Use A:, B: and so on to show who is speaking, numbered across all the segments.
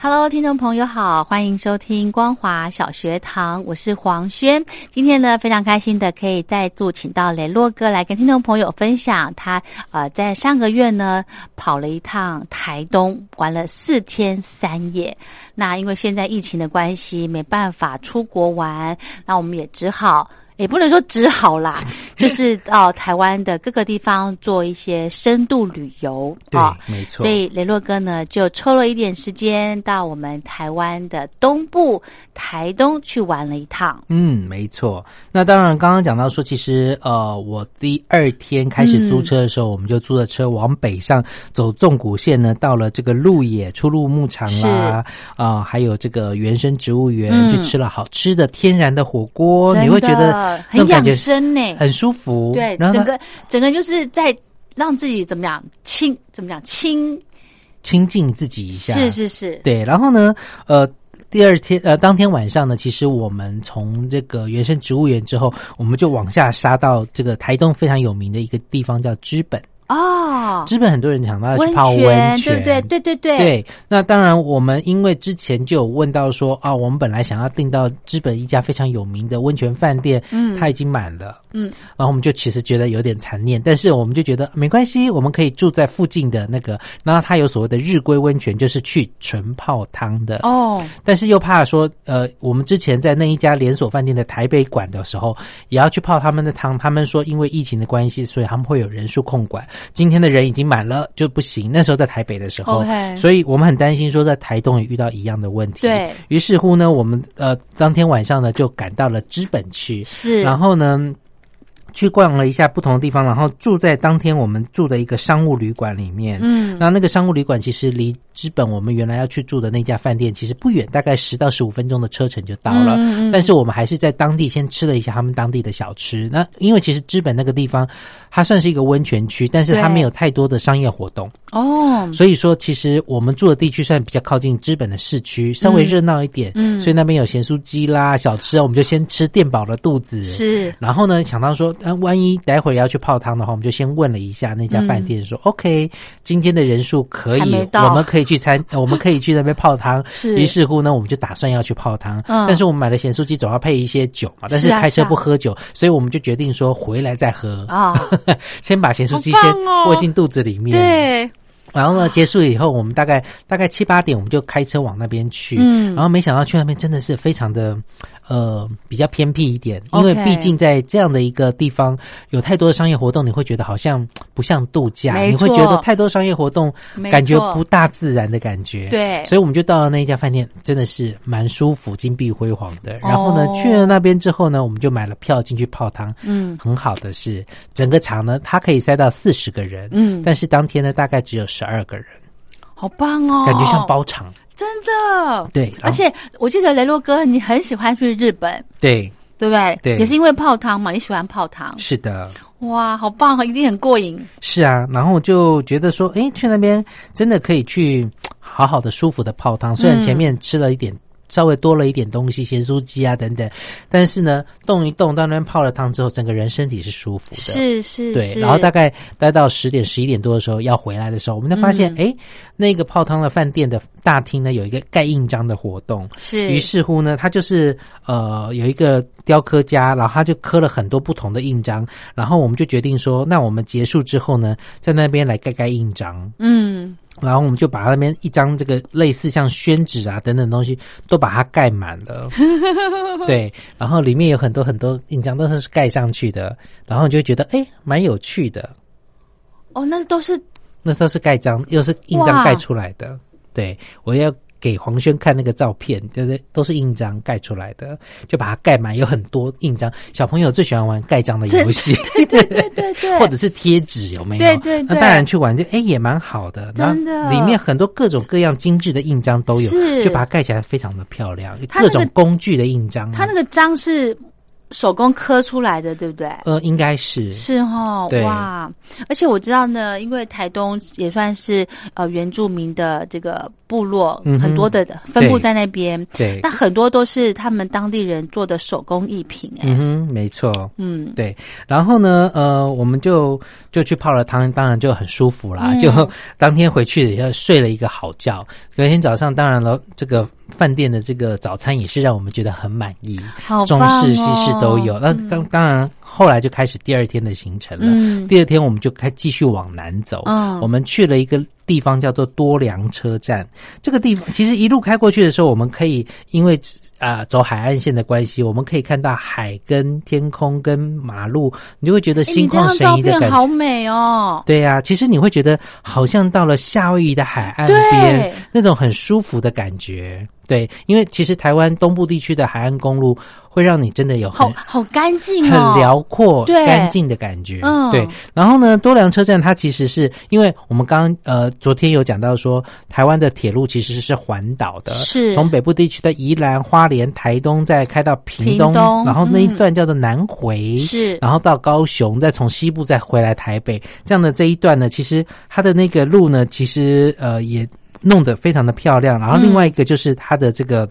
A: Hello，听众朋友好，欢迎收听光华小学堂，我是黄轩。今天呢，非常开心的可以再度请到雷洛哥来跟听众朋友分享他呃在上个月呢跑了一趟台东，玩了四天三夜。那因为现在疫情的关系，没办法出国玩，那我们也只好。也不能说只好啦，就是到、呃、台湾的各个地方做一些深度旅游
B: 对
A: 啊、，
B: 没错。
A: 所以雷洛哥呢，就抽了一点时间到我们台湾的东部台东去玩了一趟。
B: 嗯，没错。那当然，刚刚讲到说，其实呃，我第二天开始租车的时候，我们就租了车往北上走纵谷线呢，到了这个鹿野出入牧场啦，啊、还有这个原生植物园，
A: 嗯
B: 去吃了好吃的天然的火锅，哦你会觉
A: 真
B: 得
A: 的
B: 那
A: 很
B: 种感
A: 养
B: 觉
A: 生呢、
B: 很舒服。
A: 对，
B: 然后
A: 整
B: 它
A: 个整个就是在让自己怎么讲清，怎么讲清，
B: 亲近自己一下，
A: 是是是，
B: 对，然后呢，呃。第二天，呃，当天晚上呢，其实我们从这个原生植物园之后，我们就往下杀到这个台东非常有名的一个地方叫知本。
A: 哦，
B: 知本很多人想到要啊去
A: 温
B: 泡温
A: 对
B: 泉，
A: 不对？对对对，
B: 对，那当然，我们因为之前就有问到说啊，我们本来想要订到日本一家非常有名的温泉饭店，
A: 嗯
B: 它已经满了，
A: 嗯，
B: 然后我们就其实觉得有点残念，但是我们就觉得没关系，我们可以住在附近的那个，然后它有所谓的日归温泉，就是去纯泡汤的，
A: 哦，
B: 但是又怕说，呃，我们之前在那一家连锁饭店的台北馆的时候，也要去泡他们的汤。他们说因为疫情的关系，所以他们会有人数控管。今天的人已经满了就不行。那时候在台北的时候
A: OK
B: 所以我们很担心说在台东也遇到一样的问题。
A: 对
B: 于是乎呢，我们呃当天晚上呢就赶到了知本区，
A: 是，
B: 然后呢，去逛了一下不同的地方，然后住在当天我们住的一个商务旅馆里面。
A: 嗯，
B: 那那个商务旅馆其实离资本我们原来要去住的那家饭店其实不远，大概十到十五分钟的车程就到了。
A: 嗯嗯嗯
B: 但是我们还是在当地先吃了一下他们当地的小吃。那因为其实资本那个地方，它算是一个温泉区，但是它
A: 对
B: 没有太多的商业活动。
A: 哦，
B: 所以说，其实我们住的地区算比较靠近资本的市区，稍微热闹一点。
A: 嗯
B: 所以那边有咸酥鸡啦、小吃啊，我们就先吃垫饱了肚子。。
A: 是，
B: 然后呢，想到说，呃，万一待会儿要去泡汤的话，我们就先问了一下那家饭店说，OK，今天的人数可
A: 嗯还没
B: 以，
A: 到
B: 我们可以去 参，呃我们可以去那边泡汤。
A: 是
B: 于是乎呢，我们就打算要去泡汤。
A: 嗯
B: 但是我们买了咸酥鸡，总要配一些酒嘛，但
A: 是
B: 是
A: 啊
B: 开
A: 是
B: 车
A: 啊
B: 不喝酒，所以我们就决定说回来再喝，
A: 啊、
B: 先把咸酥鸡
A: 好
B: 先
A: 棒哦
B: 握进肚子里面。。
A: 对，
B: 然后呢，结束以后，我们大概大概七八点，我们就开车往那边去。
A: 嗯
B: 然后没想到去那边真的是非常的，呃，比较偏僻一点，因为
A: OK
B: 毕竟在这样的一个地方有太多的商业活动，你会觉得好像不像度假，
A: 没
B: 你
A: 错
B: 会觉得太多商业活动
A: 没，
B: 感觉
A: 错
B: 不大自然的感觉。
A: 对
B: 所以我们就到了那一家饭店，真的是蛮舒服、金碧辉煌的。然后呢，
A: 哦
B: 去了那边之后呢，我们就买了票进去泡汤。
A: 嗯
B: 很好的是，整个场呢，它可以塞到四十个人。
A: 嗯，
B: 但是当天呢，大概只有十二个人，
A: 好棒哦，
B: 感觉像包场。
A: 真的。
B: 对，然后
A: 而且我记得雷洛哥，你很喜欢去日本，
B: 对，
A: 对不对？
B: 对
A: 也是因为泡汤嘛，你喜欢泡汤，
B: 是的，
A: 哇，好棒，哦一定很过瘾。
B: 是啊。然后我就觉得说，诶，去那边真的可以去好好的、舒服的泡汤。
A: 嗯
B: 虽然前面吃了一点。稍微多了一点东西，咸酥鸡啊等等，但是呢，动一动，到那边泡了汤之后，整个人身体是舒服的。
A: 是是
B: 对，
A: 是，
B: 然后大概待到十点十一点多的时候要回来的时候，我们就发现，
A: 嗯
B: 诶，那个泡汤的饭店的大厅呢有一个盖印章的活动，
A: 是
B: 于是乎呢，他就是呃有一个雕刻家，然后他就刻了很多不同的印章，然后我们就决定说，那我们结束之后呢，在那边来盖盖印章。
A: 嗯，
B: 然后我们就把它那边一张这个类似像宣纸啊等等东西都把它盖满了，对，然后里面有很多很多印章都是盖上去的，然后你就会觉得哎蛮有趣的，
A: 哦，那都是
B: 那都是盖章又是印章盖出来的，对我要。给黄轩看那个照片，对不对？都是印章盖出来的，就把它盖满，有很多印章。小朋友最喜欢玩盖章的游戏，
A: 对对对对对，
B: 或者是贴纸，有没有？
A: 对对对，
B: 那大人去玩就哎也蛮好的，
A: 真的，
B: 里面很多各种各样精致的印章都有，就把它盖起来非常的漂亮。各种工具的印章、啊，
A: 它那个章是。手工刻出来的，对不对？
B: 呃，应该是
A: 是哈、哦，哇！而且我知道呢，因为台东也算是呃原住民的这个部落，嗯、很多的分布在那边，
B: 对，
A: 那很多都是他们当地人做的手工艺品、欸，
B: 嗯哼，没错，
A: 嗯，
B: 对。然后呢，呃，我们就就去泡了汤，当然就很舒服啦。嗯、就当天回去也睡了一个好觉，隔天早上，当然了，这个。饭店的这个早餐也是让我们觉得很满意，
A: 哦、
B: 中式、西式都有。那刚、嗯、当然，后来就开始第二天的行程了。嗯、第二天我们就开继续往南走，
A: 嗯、
B: 我们去了一个地方叫做多良车站。这个地方其实一路开过去的时候，我们可以因为啊、呃、走海岸线的关系，我们可以看到海跟天空跟马路，你就会觉
A: 哎
B: 得心旷神怡的感觉，
A: 好美哦。
B: 对呀、啊，其实你会觉得好像到了夏威夷的海岸边，那种很舒服的感觉。对，因为其实台湾东部地区的海岸公路会让你真的有
A: 好好干净、哦、
B: 很辽阔、干净的感觉。
A: 嗯，
B: 对。然后呢，多良车站它其实是因为我们刚呃昨天有讲到说，台湾的铁路其实是环岛的，
A: 是
B: 从北部地区的宜兰、花莲、台东，再开到屏
A: 东，
B: 屏东然后那一段叫做南回，嗯、
A: 是，
B: 然后到高雄，再从西部再回来台北，这样的这一段呢，其实它的那个路呢，其实呃也。弄得非常的漂亮，然后另
A: 嗯
B: 外一个就是它的这个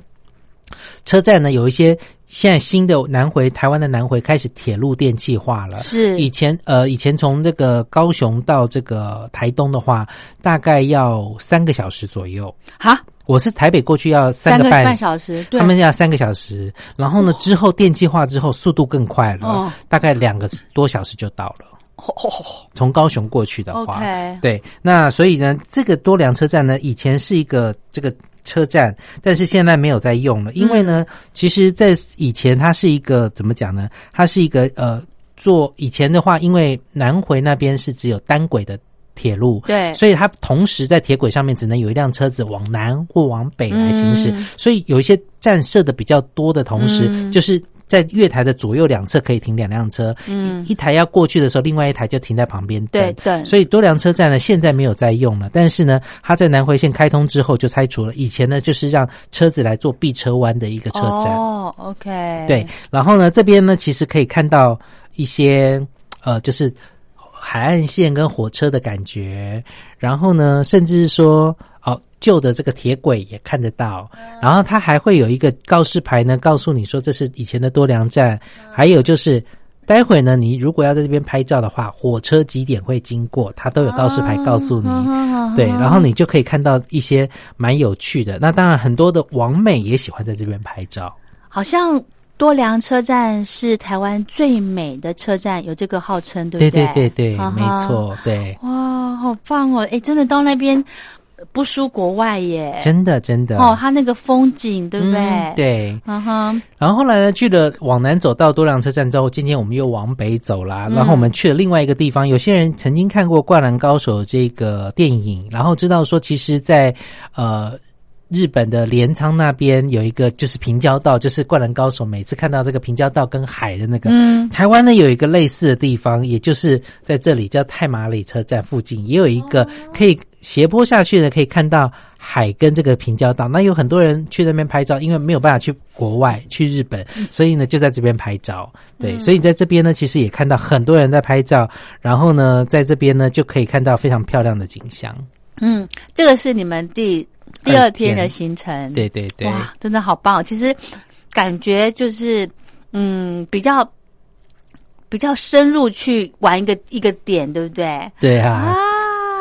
B: 车站呢，有一些现在新的南回台湾的南回开始铁路电气化了。
A: 是
B: 以前呃，以前从这个高雄到这个台东的话，大概要三个小时左右。
A: 哈，
B: 我是台北过去要
A: 三
B: 个
A: 半小时，
B: 他们要三个小时。然后呢，之后电气化之后，速度更快了，哦、大概两个多小时就到了。从高雄过去的话，对，那所以呢，这个多良车站呢，以前是一个这个车站，但是现在没有在用了，因为呢，嗯、其实，在以前它是一个怎么讲呢？它是一个呃，做以前的话，因为南回那边是只有单轨的。铁路
A: 对，
B: 所以它同时在铁轨上面只能有一辆车子往南或往北来行驶，嗯、所以有一些站设的比较多的同时，嗯、就是在月台的左右两侧可以停两辆车，
A: 嗯
B: 一，一台要过去的时候，另外一台就停在旁边
A: 对对，
B: 所以多良车站呢现在没有在用了，但是呢，它在南回线开通之后就拆除了，以前呢就是让车子来做避车弯的一个车站
A: 哦，OK，
B: 对，然后呢这边呢其实可以看到一些呃就是。海岸线跟火车的感觉，然后呢，甚至是说哦，旧的这个铁轨也看得到，然后它还会有一个告示牌呢，告诉你说这是以前的多良站，还有就是。待会呢，你如果要在这边拍照的话，火车几点会经过，它都有告示牌告诉你。
A: 啊、
B: 对，然后你就可以看到一些蛮有趣的。那当然，很多的网美也喜欢在这边拍照，
A: 好像。多良车站是台湾最美的车站，有这个号称，对
B: 不对？对对对对，啊、没错，对。
A: 哇，好棒哦！哎，真的到那边呃不输国外耶，
B: 真的真的。
A: 哦，它那个风景，对不对？嗯、
B: 对，
A: 嗯哼。
B: 然后后来呢，去了往南走到多良车站之后，渐渐我们又往北走啦。
A: 嗯
B: 然后我们去了另外一个地方，嗯、有些人曾经看过《灌篮高手》这个电影，然后知道说，其实在，在呃。日本的镰仓那边有一个就是平交道，就是《灌篮高手》每次看到这个平交道跟海的那个。
A: 嗯，
B: 台湾呢有一个类似的地方，也就是在这里叫太马里车站附近，也有一个可以斜坡下去的，可以看到海跟这个平交道。那有很多人去那边拍照，因为没有办法去国外去日本，所以呢就在这边拍照。对，所以在这边呢其实也看到很多人在拍照，然后呢在这边呢就可以看到非常漂亮的景象。
A: 嗯，这个是你们第。第二天的行程，
B: 对对对，
A: 哇，真的好棒！哦其实感觉就是，嗯，比较比较深入去玩一个一个点，对不对？
B: 对啊，啊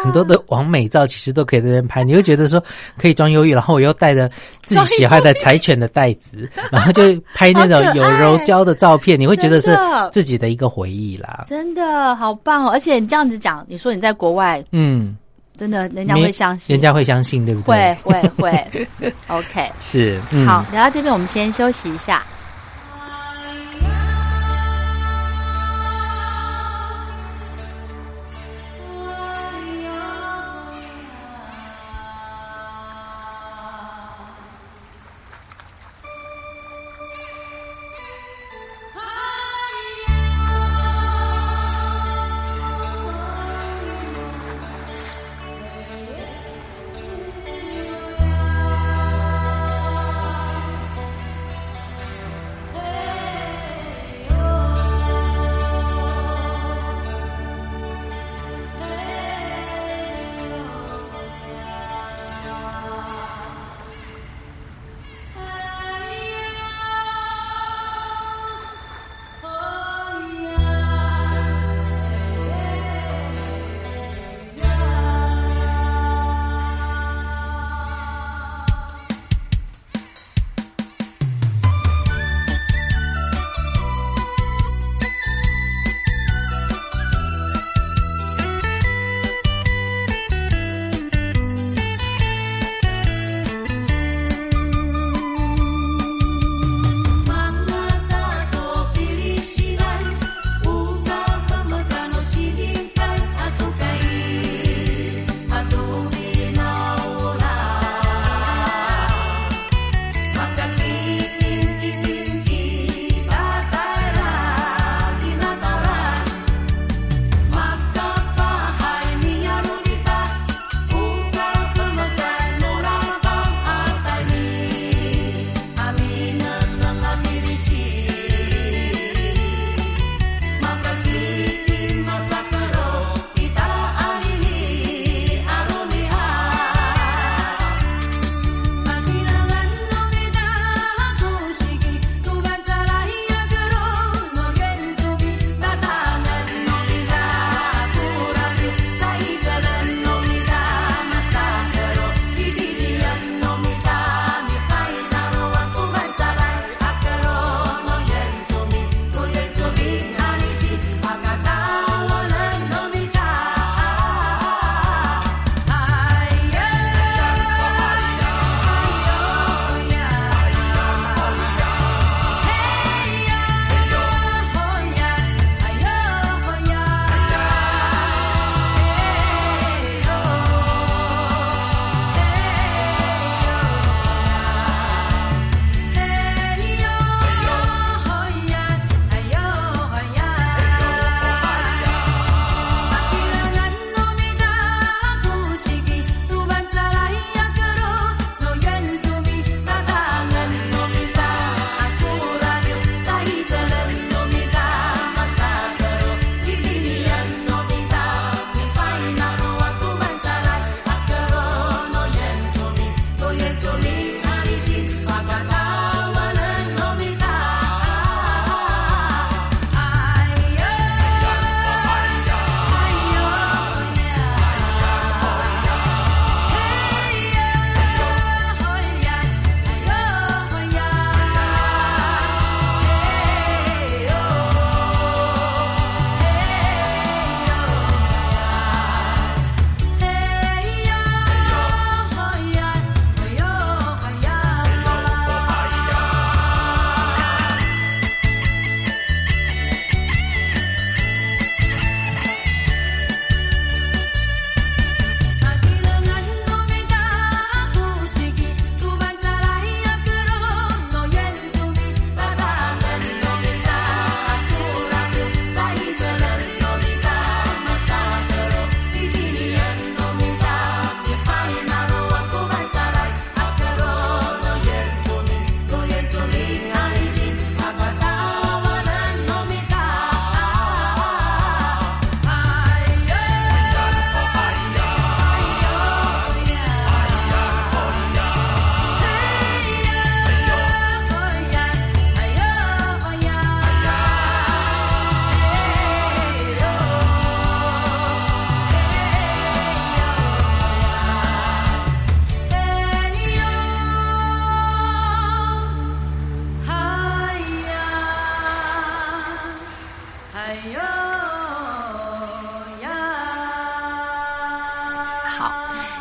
B: 很多的完美照其实都可以在那边拍，你会觉得说可以装忧郁，然后我又带着自己喜欢的柴犬的袋 子，然后就拍那种有柔焦的照片，你会觉得是自己的一个回忆啦。
A: 真的好棒哦！而且你这样子讲，你说你在国外，
B: 嗯。
C: 真的人家会相信，
B: 人家会相信，对不对？
C: 会会会，OK。
B: 是，嗯
C: 好，聊到这边，我们先休息一下。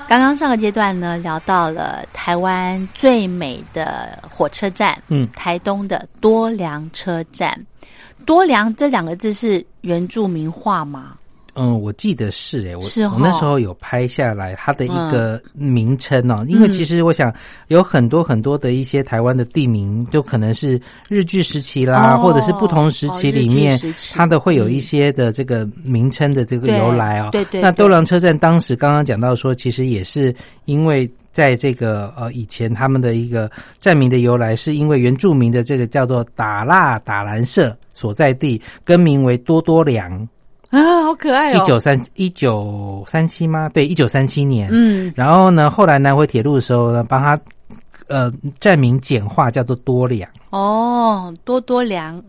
A: 刚刚上个阶段呢，聊到了台湾最美的火车站，
B: 嗯
A: 台东的多良车站。多良这两个字是原住民话吗？
B: 嗯，我记得是诶，我
A: 是
C: 哦
B: 我那
A: 吼
B: 时候有拍下来它的一个名称
C: 嗯
B: 哦，因为其实我想有很多很多的一些台湾的地名，就可能是日据时期啦，
A: 哦
B: 啊或者是不同时期里
A: 哦
B: 面
A: 日据时，期
B: 它的会有一些的这个名称的这个
A: 对
B: 由来哦。
A: 对对
B: 那
A: 对
B: 斗梁车站当时刚刚讲到说，其实也是因为。在这个呃以前他们的一个站名的由来，是因为原住民的这个叫做打蜡打兰社所在地更名为多多良，
A: 啊，好可爱
B: 一九三一九三七吗？对，一九三七年。
A: 嗯，
B: 然后呢，后来南回铁路的时候呢，帮他呃站名简化叫做 多良，
A: 哦，多多良，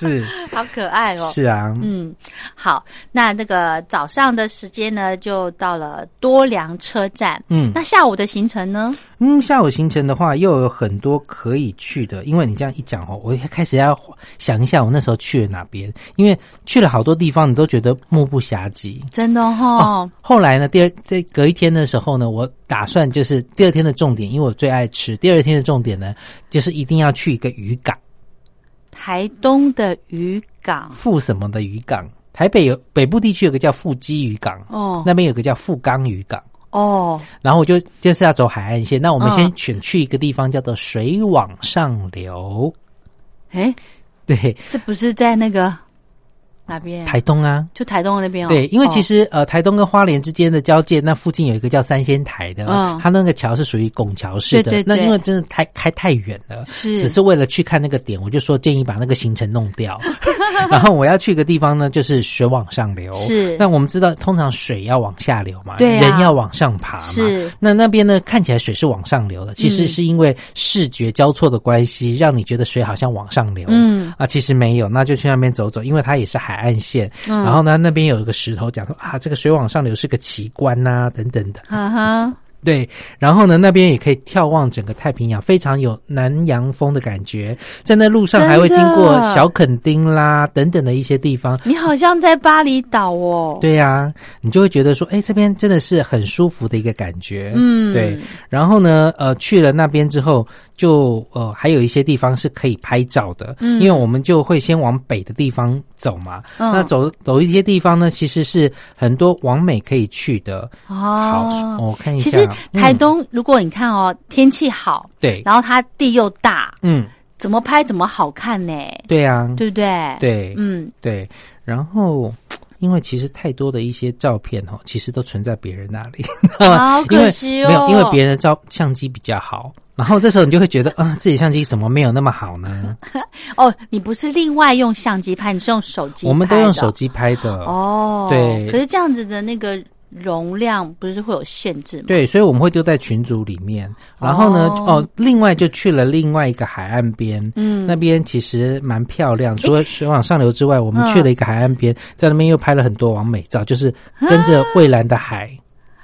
B: 是
A: 好可爱哦。
B: 是啊，
A: 嗯，好，那这个早上的时间呢，就到了多良车站。
B: 嗯
A: 那下午的行程呢？
B: 嗯，下午行程的话又有很多可以去的，因为你这样一讲哦，我一开始要想一下我那时候去了哪边，因为去了好多地方，你都觉得目不暇接。
A: 真的哦，
B: 后来呢，第二在隔一天的时候呢，我打算就是第二天的重点，因为我最爱吃。第二天的重点呢，就是一定要去一个渔港。
A: 台东的渔港
B: 富什么的渔港，台北有北部地区有个叫富基渔港，
A: 哦
B: 那边有个叫富冈渔港。
A: 哦，
B: 然后我就就是要走海岸线，那我们
A: 嗯
B: 先选去一个地方叫做水往上流，
A: 哎，
B: 对，
A: 这不是在那个哪边？
B: 台东啊，
A: 就台东那边哦。
B: 对，因为其
A: 哦
B: 实、呃，台东跟花莲之间的交界，那附近有一个叫三仙台的，
A: 嗯
B: 它那个桥是属于拱桥式的。
A: 对对对
B: 那因为真的太开太远了，
A: 是
B: 只是为了去看那个点，我就说建议把那个行程弄 掉。 然后我要去一个地方呢，就是水往上流。
A: 是
B: 那我们知道，通常水要往下流嘛，
A: 对啊
B: 人要往上爬嘛。
A: 是
B: 那那边呢，看起来水是往上流的，其实
A: 嗯
B: 是因为视觉交错的关系，让你觉得水好像往上流。
A: 嗯
B: 啊，其实没有，那就去那边走走，因为它也是海岸线。
A: 嗯
B: 然后呢，那边有一个石头讲说啊，这个水往上流是个奇观呐、等等的。
A: 哈哈，
B: 对，然后呢，那边也可以眺望整个太平洋，非常有南洋风的感觉。在那路上还会经过
A: 真的
B: 小垦丁啦等等的一些地方。
A: 你好像在巴厘岛哦。
B: 对呀、你就会觉得说，哎，这边真的是很舒服的一个感觉。
A: 嗯
B: 对。然后呢，呃，去了那边之后，就呃还有一些地方是可以拍照的，
A: 嗯
B: 因为我们就会先往北的地方走嘛。
A: 嗯
B: 那走走一些地方呢，其实是很多往美可以去的。好，
A: 哦，
B: 我看一
A: 其
B: 下，
A: 实台
B: 嗯、
A: 东，如果你看哦，天气好，
B: 对，
A: 然后它地又大，
B: 嗯，
A: 怎么拍怎么好看呢？
B: 对啊，
A: 对不对？，
B: 对
A: 嗯，
B: 对，然后。因为其实太多的一些照片哦，其实都存在别人那里，
A: 好
B: 呃因为
A: 可惜哦。
B: 没有，因为别人的照相机比较好，然后这时候你就会觉得啊、自己相机怎么没有那么好呢？
A: 哦，你不是另外用相机拍，你是用手机，
B: 我们都用手。机拍的，
A: 哦，
B: 对
A: 可是这样子的那个容量不是会有限制吗？
B: 对，所以我们会丢在群组里面。然后呢，
A: 哦
B: 哦另外就去了另外一个海岸边，嗯，那边其实蛮漂亮。除了水往上流之外，我们
A: 嗯
B: 去了一个海岸边，在那边又拍了很多完美照，就是跟
A: 啊
B: 着蔚蓝的海，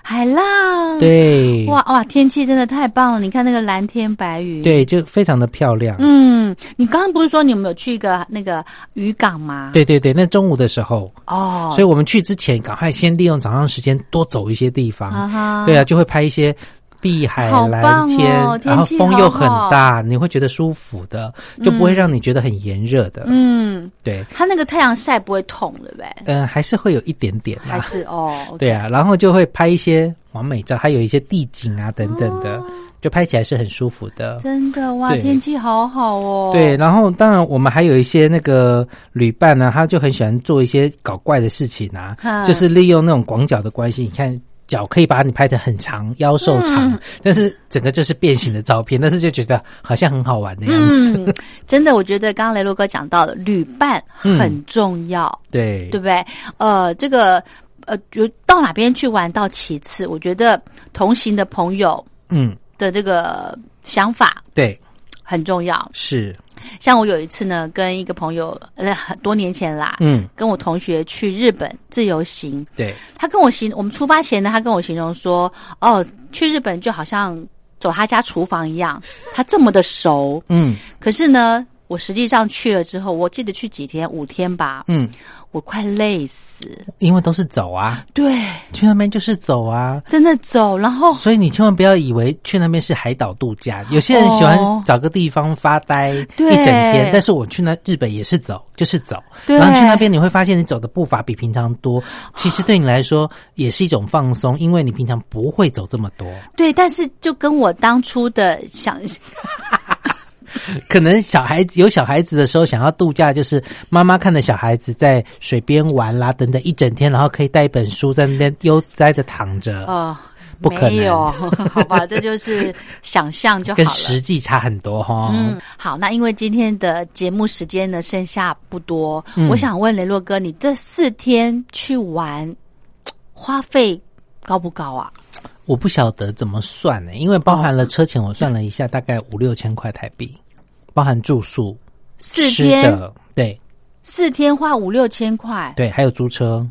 A: 海浪，，
B: 对，
A: 嗯哇哇，天气真的太棒了！你看那个蓝天白云，，
B: 对，就非常的漂亮。
A: 嗯，你刚刚不是说你们有去一个那个渔港吗？，
B: 对对对，那中午的时候，
A: 哦，
B: 所以我们去之前赶快先利用早上时间多走一些地方，
A: 啊哈，
B: 对啊，就会拍一些碧海
A: 好
B: 蓝
A: 棒
B: 天，
A: 哦
B: 然
A: 天
B: 后
A: 气
B: 风又很
A: 好好
B: 大，你会觉得舒服的，就不会让你觉得很炎热的。
A: 嗯，
B: 对，
A: 它那个太阳晒不会痛，对不对？
B: 嗯、还是会有一点点
A: 还
B: 啊，
A: 是哦，
B: 对啊，然后就会拍一些完美照，还有一些地景啊等等的，就拍起来是很舒服的。
A: 哦真的哇，
B: 对
A: 天气好好哦。
B: 对，，然后当然我们还有一些那个旅伴呢、他就很喜欢做一些搞怪的事情啊，
A: 嗯
B: 就是利用那种广角的关系，你看。脚可以把你拍得很长，腰瘦长，
A: 嗯
B: 但是整个就是变形的照片，但是就觉得好像很好玩的样子。
A: 嗯，真的，我觉得刚刚雷洛哥讲到的旅伴很重要，
B: 对
A: 对不对？呃，这个呃，就到哪边去玩到其次，我觉得同行的朋友
B: 嗯，
A: 的这个想法
B: 对，
A: 很重要。
B: 是，
A: 像我有一次呢，跟一个朋友，呃，很多年前啦，
B: 嗯，
A: 跟我同学去日本自由行，
B: 对，
A: 他跟我形，我们出发前呢，他跟我形容说，哦，去日本就好像走他家厨房一样，他这么的熟。
B: 嗯，
A: 可是呢，我实际上去了之后，我记得去几天，五天吧，
B: 嗯，
A: 我快累死。
B: 因为都是走啊，
A: 对，
B: 去那边就是走啊。
A: 真的走，然后
B: 所以你千万不要以为去那边是海岛度假，有些人喜欢
A: 哦
B: 找个地方发呆一
A: 对
B: 整天，但是我去那日本也是走，就是走，
A: 对
B: 然后去那边你会发现你走的步伐比平常多，其实对你来说也是一种放松，因为你平常不会走这么多，
A: 对，但是就跟我当初的想，
B: 可能小孩子有小孩子的时候想要度假，就是妈妈看着小孩子在水边玩啦等等一整天，然后可以带一本书在那边悠哉着躺着，
A: 呃，
B: 不可能
A: 没有， 好吧，这就是想象就好
B: 跟
A: 了。
B: 实际差很多哈、
A: 嗯，好，那因为今天的节目时间呢剩下不多，
B: 嗯
A: 我想问雷洛哥，你这四天去玩，花费高不高啊？
B: 我不晓得怎么算呢、因为包含了车钱，我算了一下，大概五六千块台币，包含住宿、
A: 四
B: 吃
A: 天
B: 的，对
A: 四天花五六千块，
B: 对，还有租车，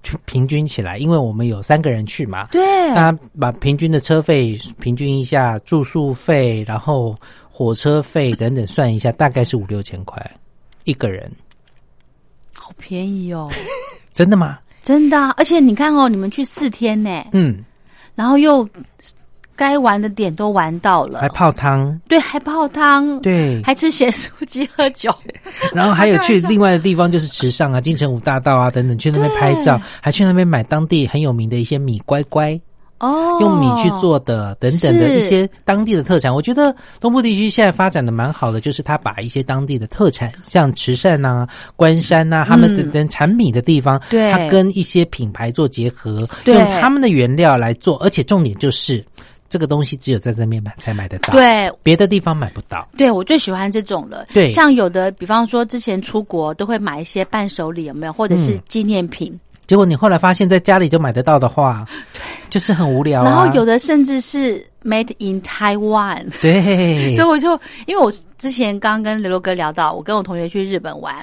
B: 平平均起来，因为我们有三个人去嘛，
A: 对，
B: 那把平均的车费平均一下，住宿费，然后火车费等等算一下，大概是五六千块一个人，
A: 好便宜哦，
B: 真的吗？
A: 真的啊、而且你看哦，你们去四天呢，
B: 嗯，
A: 然后又该玩的点都玩到了
B: 还，泡汤，
A: 对，还泡汤，，
B: 对，
A: 还吃咸酥鸡喝酒，
B: 然后还有去另外的地方，就是池上啊、金城武大道啊等等，去那边拍照，还去那边买当地很有名的一些米乖乖，
A: 哦，
B: 用米去做的等等的
A: 是
B: 一些当地的特产。我觉得东部地区现在发展的蛮好的，就是他把一些当地的特产，像池善呐、关山呐、他们的等产米的地方，
A: 对
B: 它跟一些品牌做结合，
A: 对
B: 用他们的原料来做，而且重点就是这个东西只有在这边买才买得
A: 哦
B: 到，，
A: 对，
B: 别的地方买不到。
A: 对，我最喜欢这种了。
B: 对
A: 像有的，比方说之前出国都会买一些伴手礼，有没有？或者
B: 嗯
A: 是纪念品。
B: 结果你后来发现，在家里就买得到的 话，就是很无聊、啊。
A: 然后有的甚至是 Made in Taiwan。
B: 对，
A: 所以我就，因为我之前刚跟刘罗哥聊到，我跟我同学去日本玩，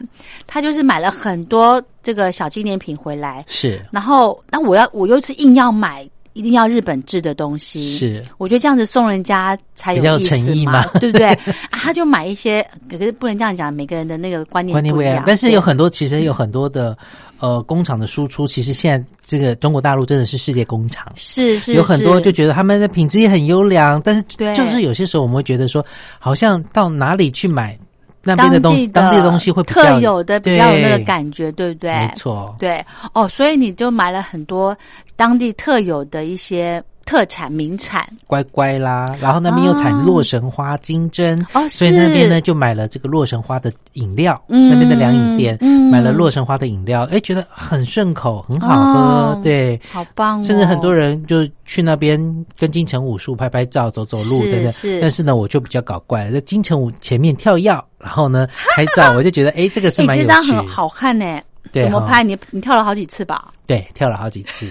A: 他就是买了很多这个小纪念品回来，
B: 是
A: 然后那我要我又是硬要买，一定要日本制的东西。
B: 是，
A: 我觉得这样子送人家才
B: 比较
A: 有
B: 有
A: 意
B: 诚
A: 思
B: 意
A: 嘛
B: 嘛，
A: 对不对？啊，他就买一些，可是不能这样讲，每个人的那个观念
B: 观念
A: 不
B: 不
A: 一
B: 一
A: 样
B: 样。啊但是有
A: 对
B: 很多，其实有很多的呃工厂的输出，其实现在这个中国大陆真的是世界工厂。
A: 是是
B: 有很多
A: 是
B: 就觉得他们的品质也很优良，但是
A: 对
B: 就是有些时候我们会觉得说，好像到哪里去买那边的东西，当
A: 当
B: 地的东西会比较
A: 特有的比较有那个感觉，对不对？
B: 没错，
A: 对哦，所以你就买了很多当地特有的一些特产名产
B: 乖乖啦，然后那边又产
A: 啊
B: 洛神花、金针，
A: 哦，
B: 所以那边呢，就买了这个洛神花的饮料，
A: 嗯
B: 那边的凉饮店、
A: 嗯
B: 买了洛神花的饮料，哎，觉得很顺口，很好喝，
A: 哦
B: 对。
A: 好棒、哦，
B: 甚至很多人就去那边跟金城武术拍拍照、走走路，
A: 是
B: 对不
A: 哦是
B: 对？但是呢，我就比较搞怪，在金城武前面跳跃，然 后呢拍照，我就觉得哎，这个是
A: 哎，
B: 蛮有
A: 这
B: 趣。
A: 张很好看呢、
B: 对
A: 怎么
B: 哈
A: 拍？你你跳了好几次吧，
B: 对，跳了好几 次，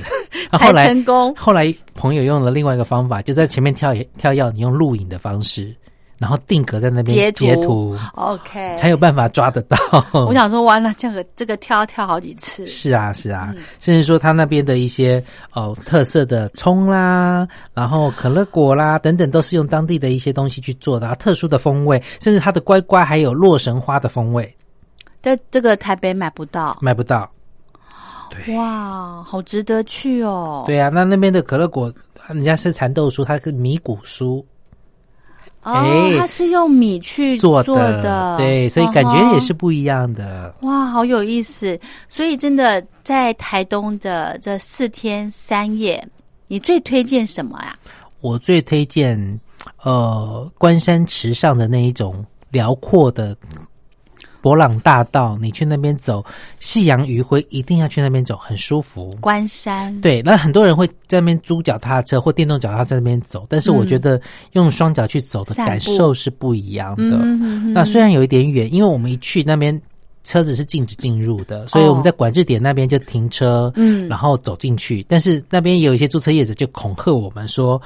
A: 才
B: 啊后来
A: 成功。
B: 后来朋友用了另外一个方法，就在前面跳跳跃，你用录影的方式，然后定格在那边
A: 截图
B: 截图
A: OK，
B: 才有办法抓得到。
A: 我想说，完了，这个这个跳要跳好几次，
B: 是啊，是啊，
A: 嗯
B: 甚至说他那边的一些哦特色的葱啦，然后可乐果啦等等，都是用当地的一些东西去做的、啊，特殊的风味，甚至它的乖乖还有洛神花的风味，
A: 但这个台北买不到，
B: 买不到。对
A: 哇，好值得去哦。
B: 对啊，那那边的可乐果，人家是蚕豆酥，它是米谷酥
A: 哦，
B: 哎
A: 它是用米去
B: 做的，
A: 的嗯
B: 对，所以感觉也是不一样的。
A: 嗯哼哇，好有意思。所以真的在台东的这四天三夜，你最推荐什么啊？
B: 我最推荐呃关山池上的那一种辽阔的博朗大道，你去那边走，夕阳余晖一定要去那边走，很舒服。
A: 关山，
B: 对，那很多人会在那边租脚踏车或电动脚踏车在那边走，但是
A: 嗯
B: 我觉得用双脚去走的
A: 散步
B: 感受是不一样的。
A: 嗯哼哼
B: 那虽然有一点远，因为我们一去那边车子是禁止进入的，所以我们在管制点那边就停车，
A: 哦嗯
B: 然后走进去。但是那边也有一些租车业者就恐吓我们说。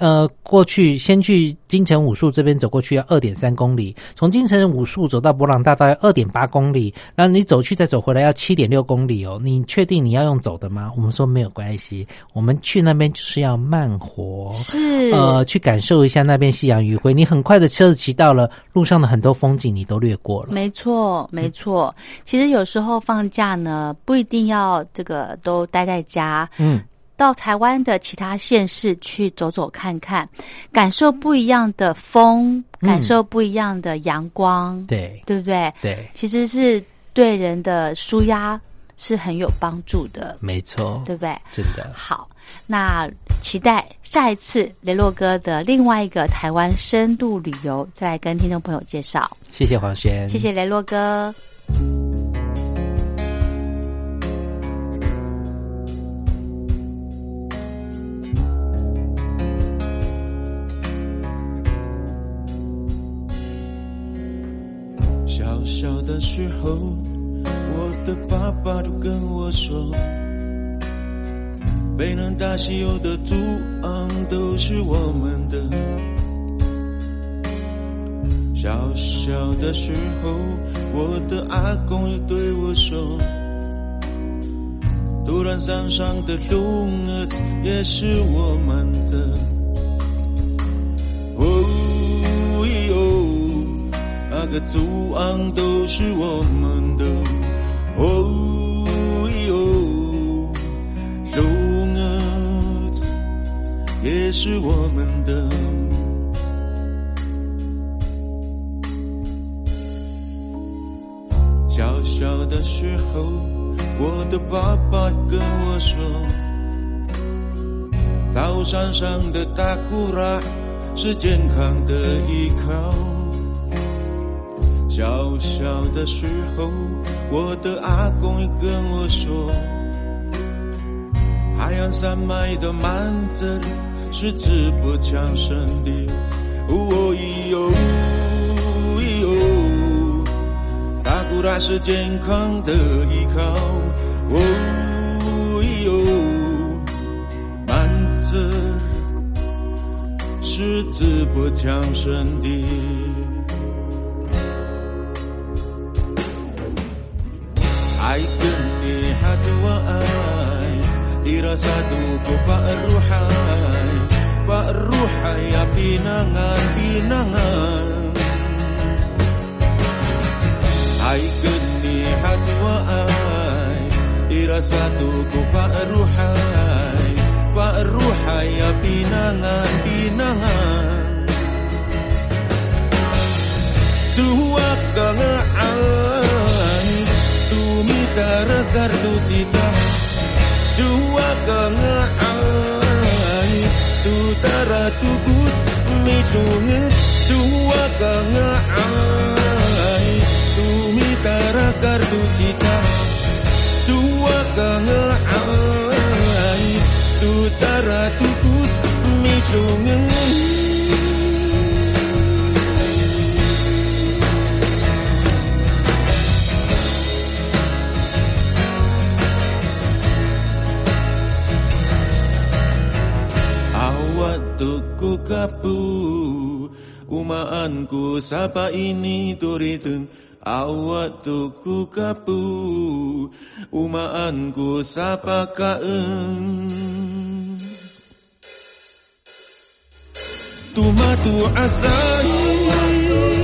B: 呃过去先去金城武术这边走过去要二点三公里，从金城武术走到博朗大道要二点八公里，然后你走去再走回来要七点六公里哦。你确定你要用走的吗？我们说没有关系，我们去那边就是要慢活，
A: 是
B: 呃，去感受一下那边夕阳余晖。你很快的车子骑到了，路上的很多风景你都略过了。
A: 没错，没错。其实有时候放假呢，不一定要这个都待在家，
B: 嗯，
A: 到台湾的其他县市去走走看看，感受不一样的风，
B: 嗯
A: 感受不一样的阳光，
B: 对
A: 对不对？
B: 对，
A: 其实是对人的舒压是很有帮助的，
B: 没错，
A: 对不对？
B: 真的。
A: 好，那期待下一次雷洛哥的另外一个台湾深度旅游，再来跟听众朋友介绍。
B: 谢谢黄轩，
A: 谢谢雷洛哥。
D: 小小的时候，我的爸爸都跟我说，北南大西洋的祖昂都是我们的。小小的时候，我的阿公又对我说，突然山上的红儿子也是我们的。哦咦哦，那个祖昂都是我们的。哦咦哦，龙儿子也是我们的。小小的时候，我的爸爸跟我说，高山上的大古拉是健康的依靠。小小的时候，我的阿公也跟我说，海洋山脉的满泽是自不强盛的。哦咦哟，哦咦哟，大古拉是健康的依靠。哦咦哟，满泽是自不强盛的。عيد مني حتوقعي دراساته كفاء الروحاي فاء الروحاي يا بينانغان بينانغان عيد مني حتوقعي دراساته كفاء الروحاي فاء الروحاي يا بينانغان بينانغان tuwakangaan tumitara kartu cita tuwakangaan tutara tugus midungit tuwakangaan tumitara kartu cita tuwakangaan tutara tugus midungit Awat tuku kapu Umaanku sapa ini turiteng Awat tuku kapu Umaanku sapa kaeng Tumatu asai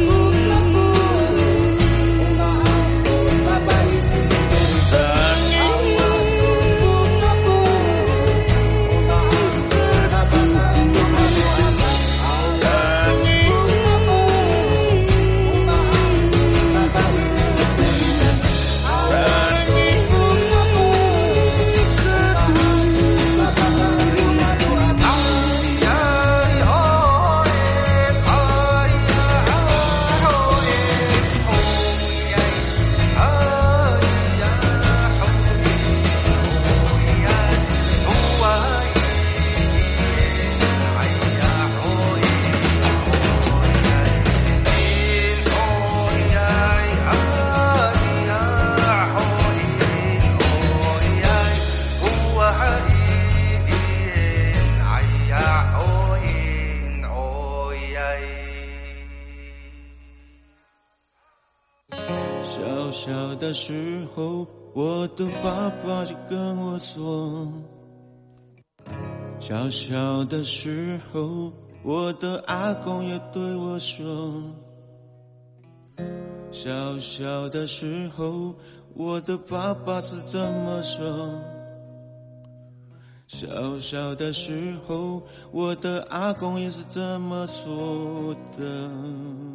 D: 小小的时候，我的爸爸就跟我说，小小的时候，我的阿公也对我说，小小的时候，我的爸爸是这么说。小小的时候，我的阿公也是这么说的。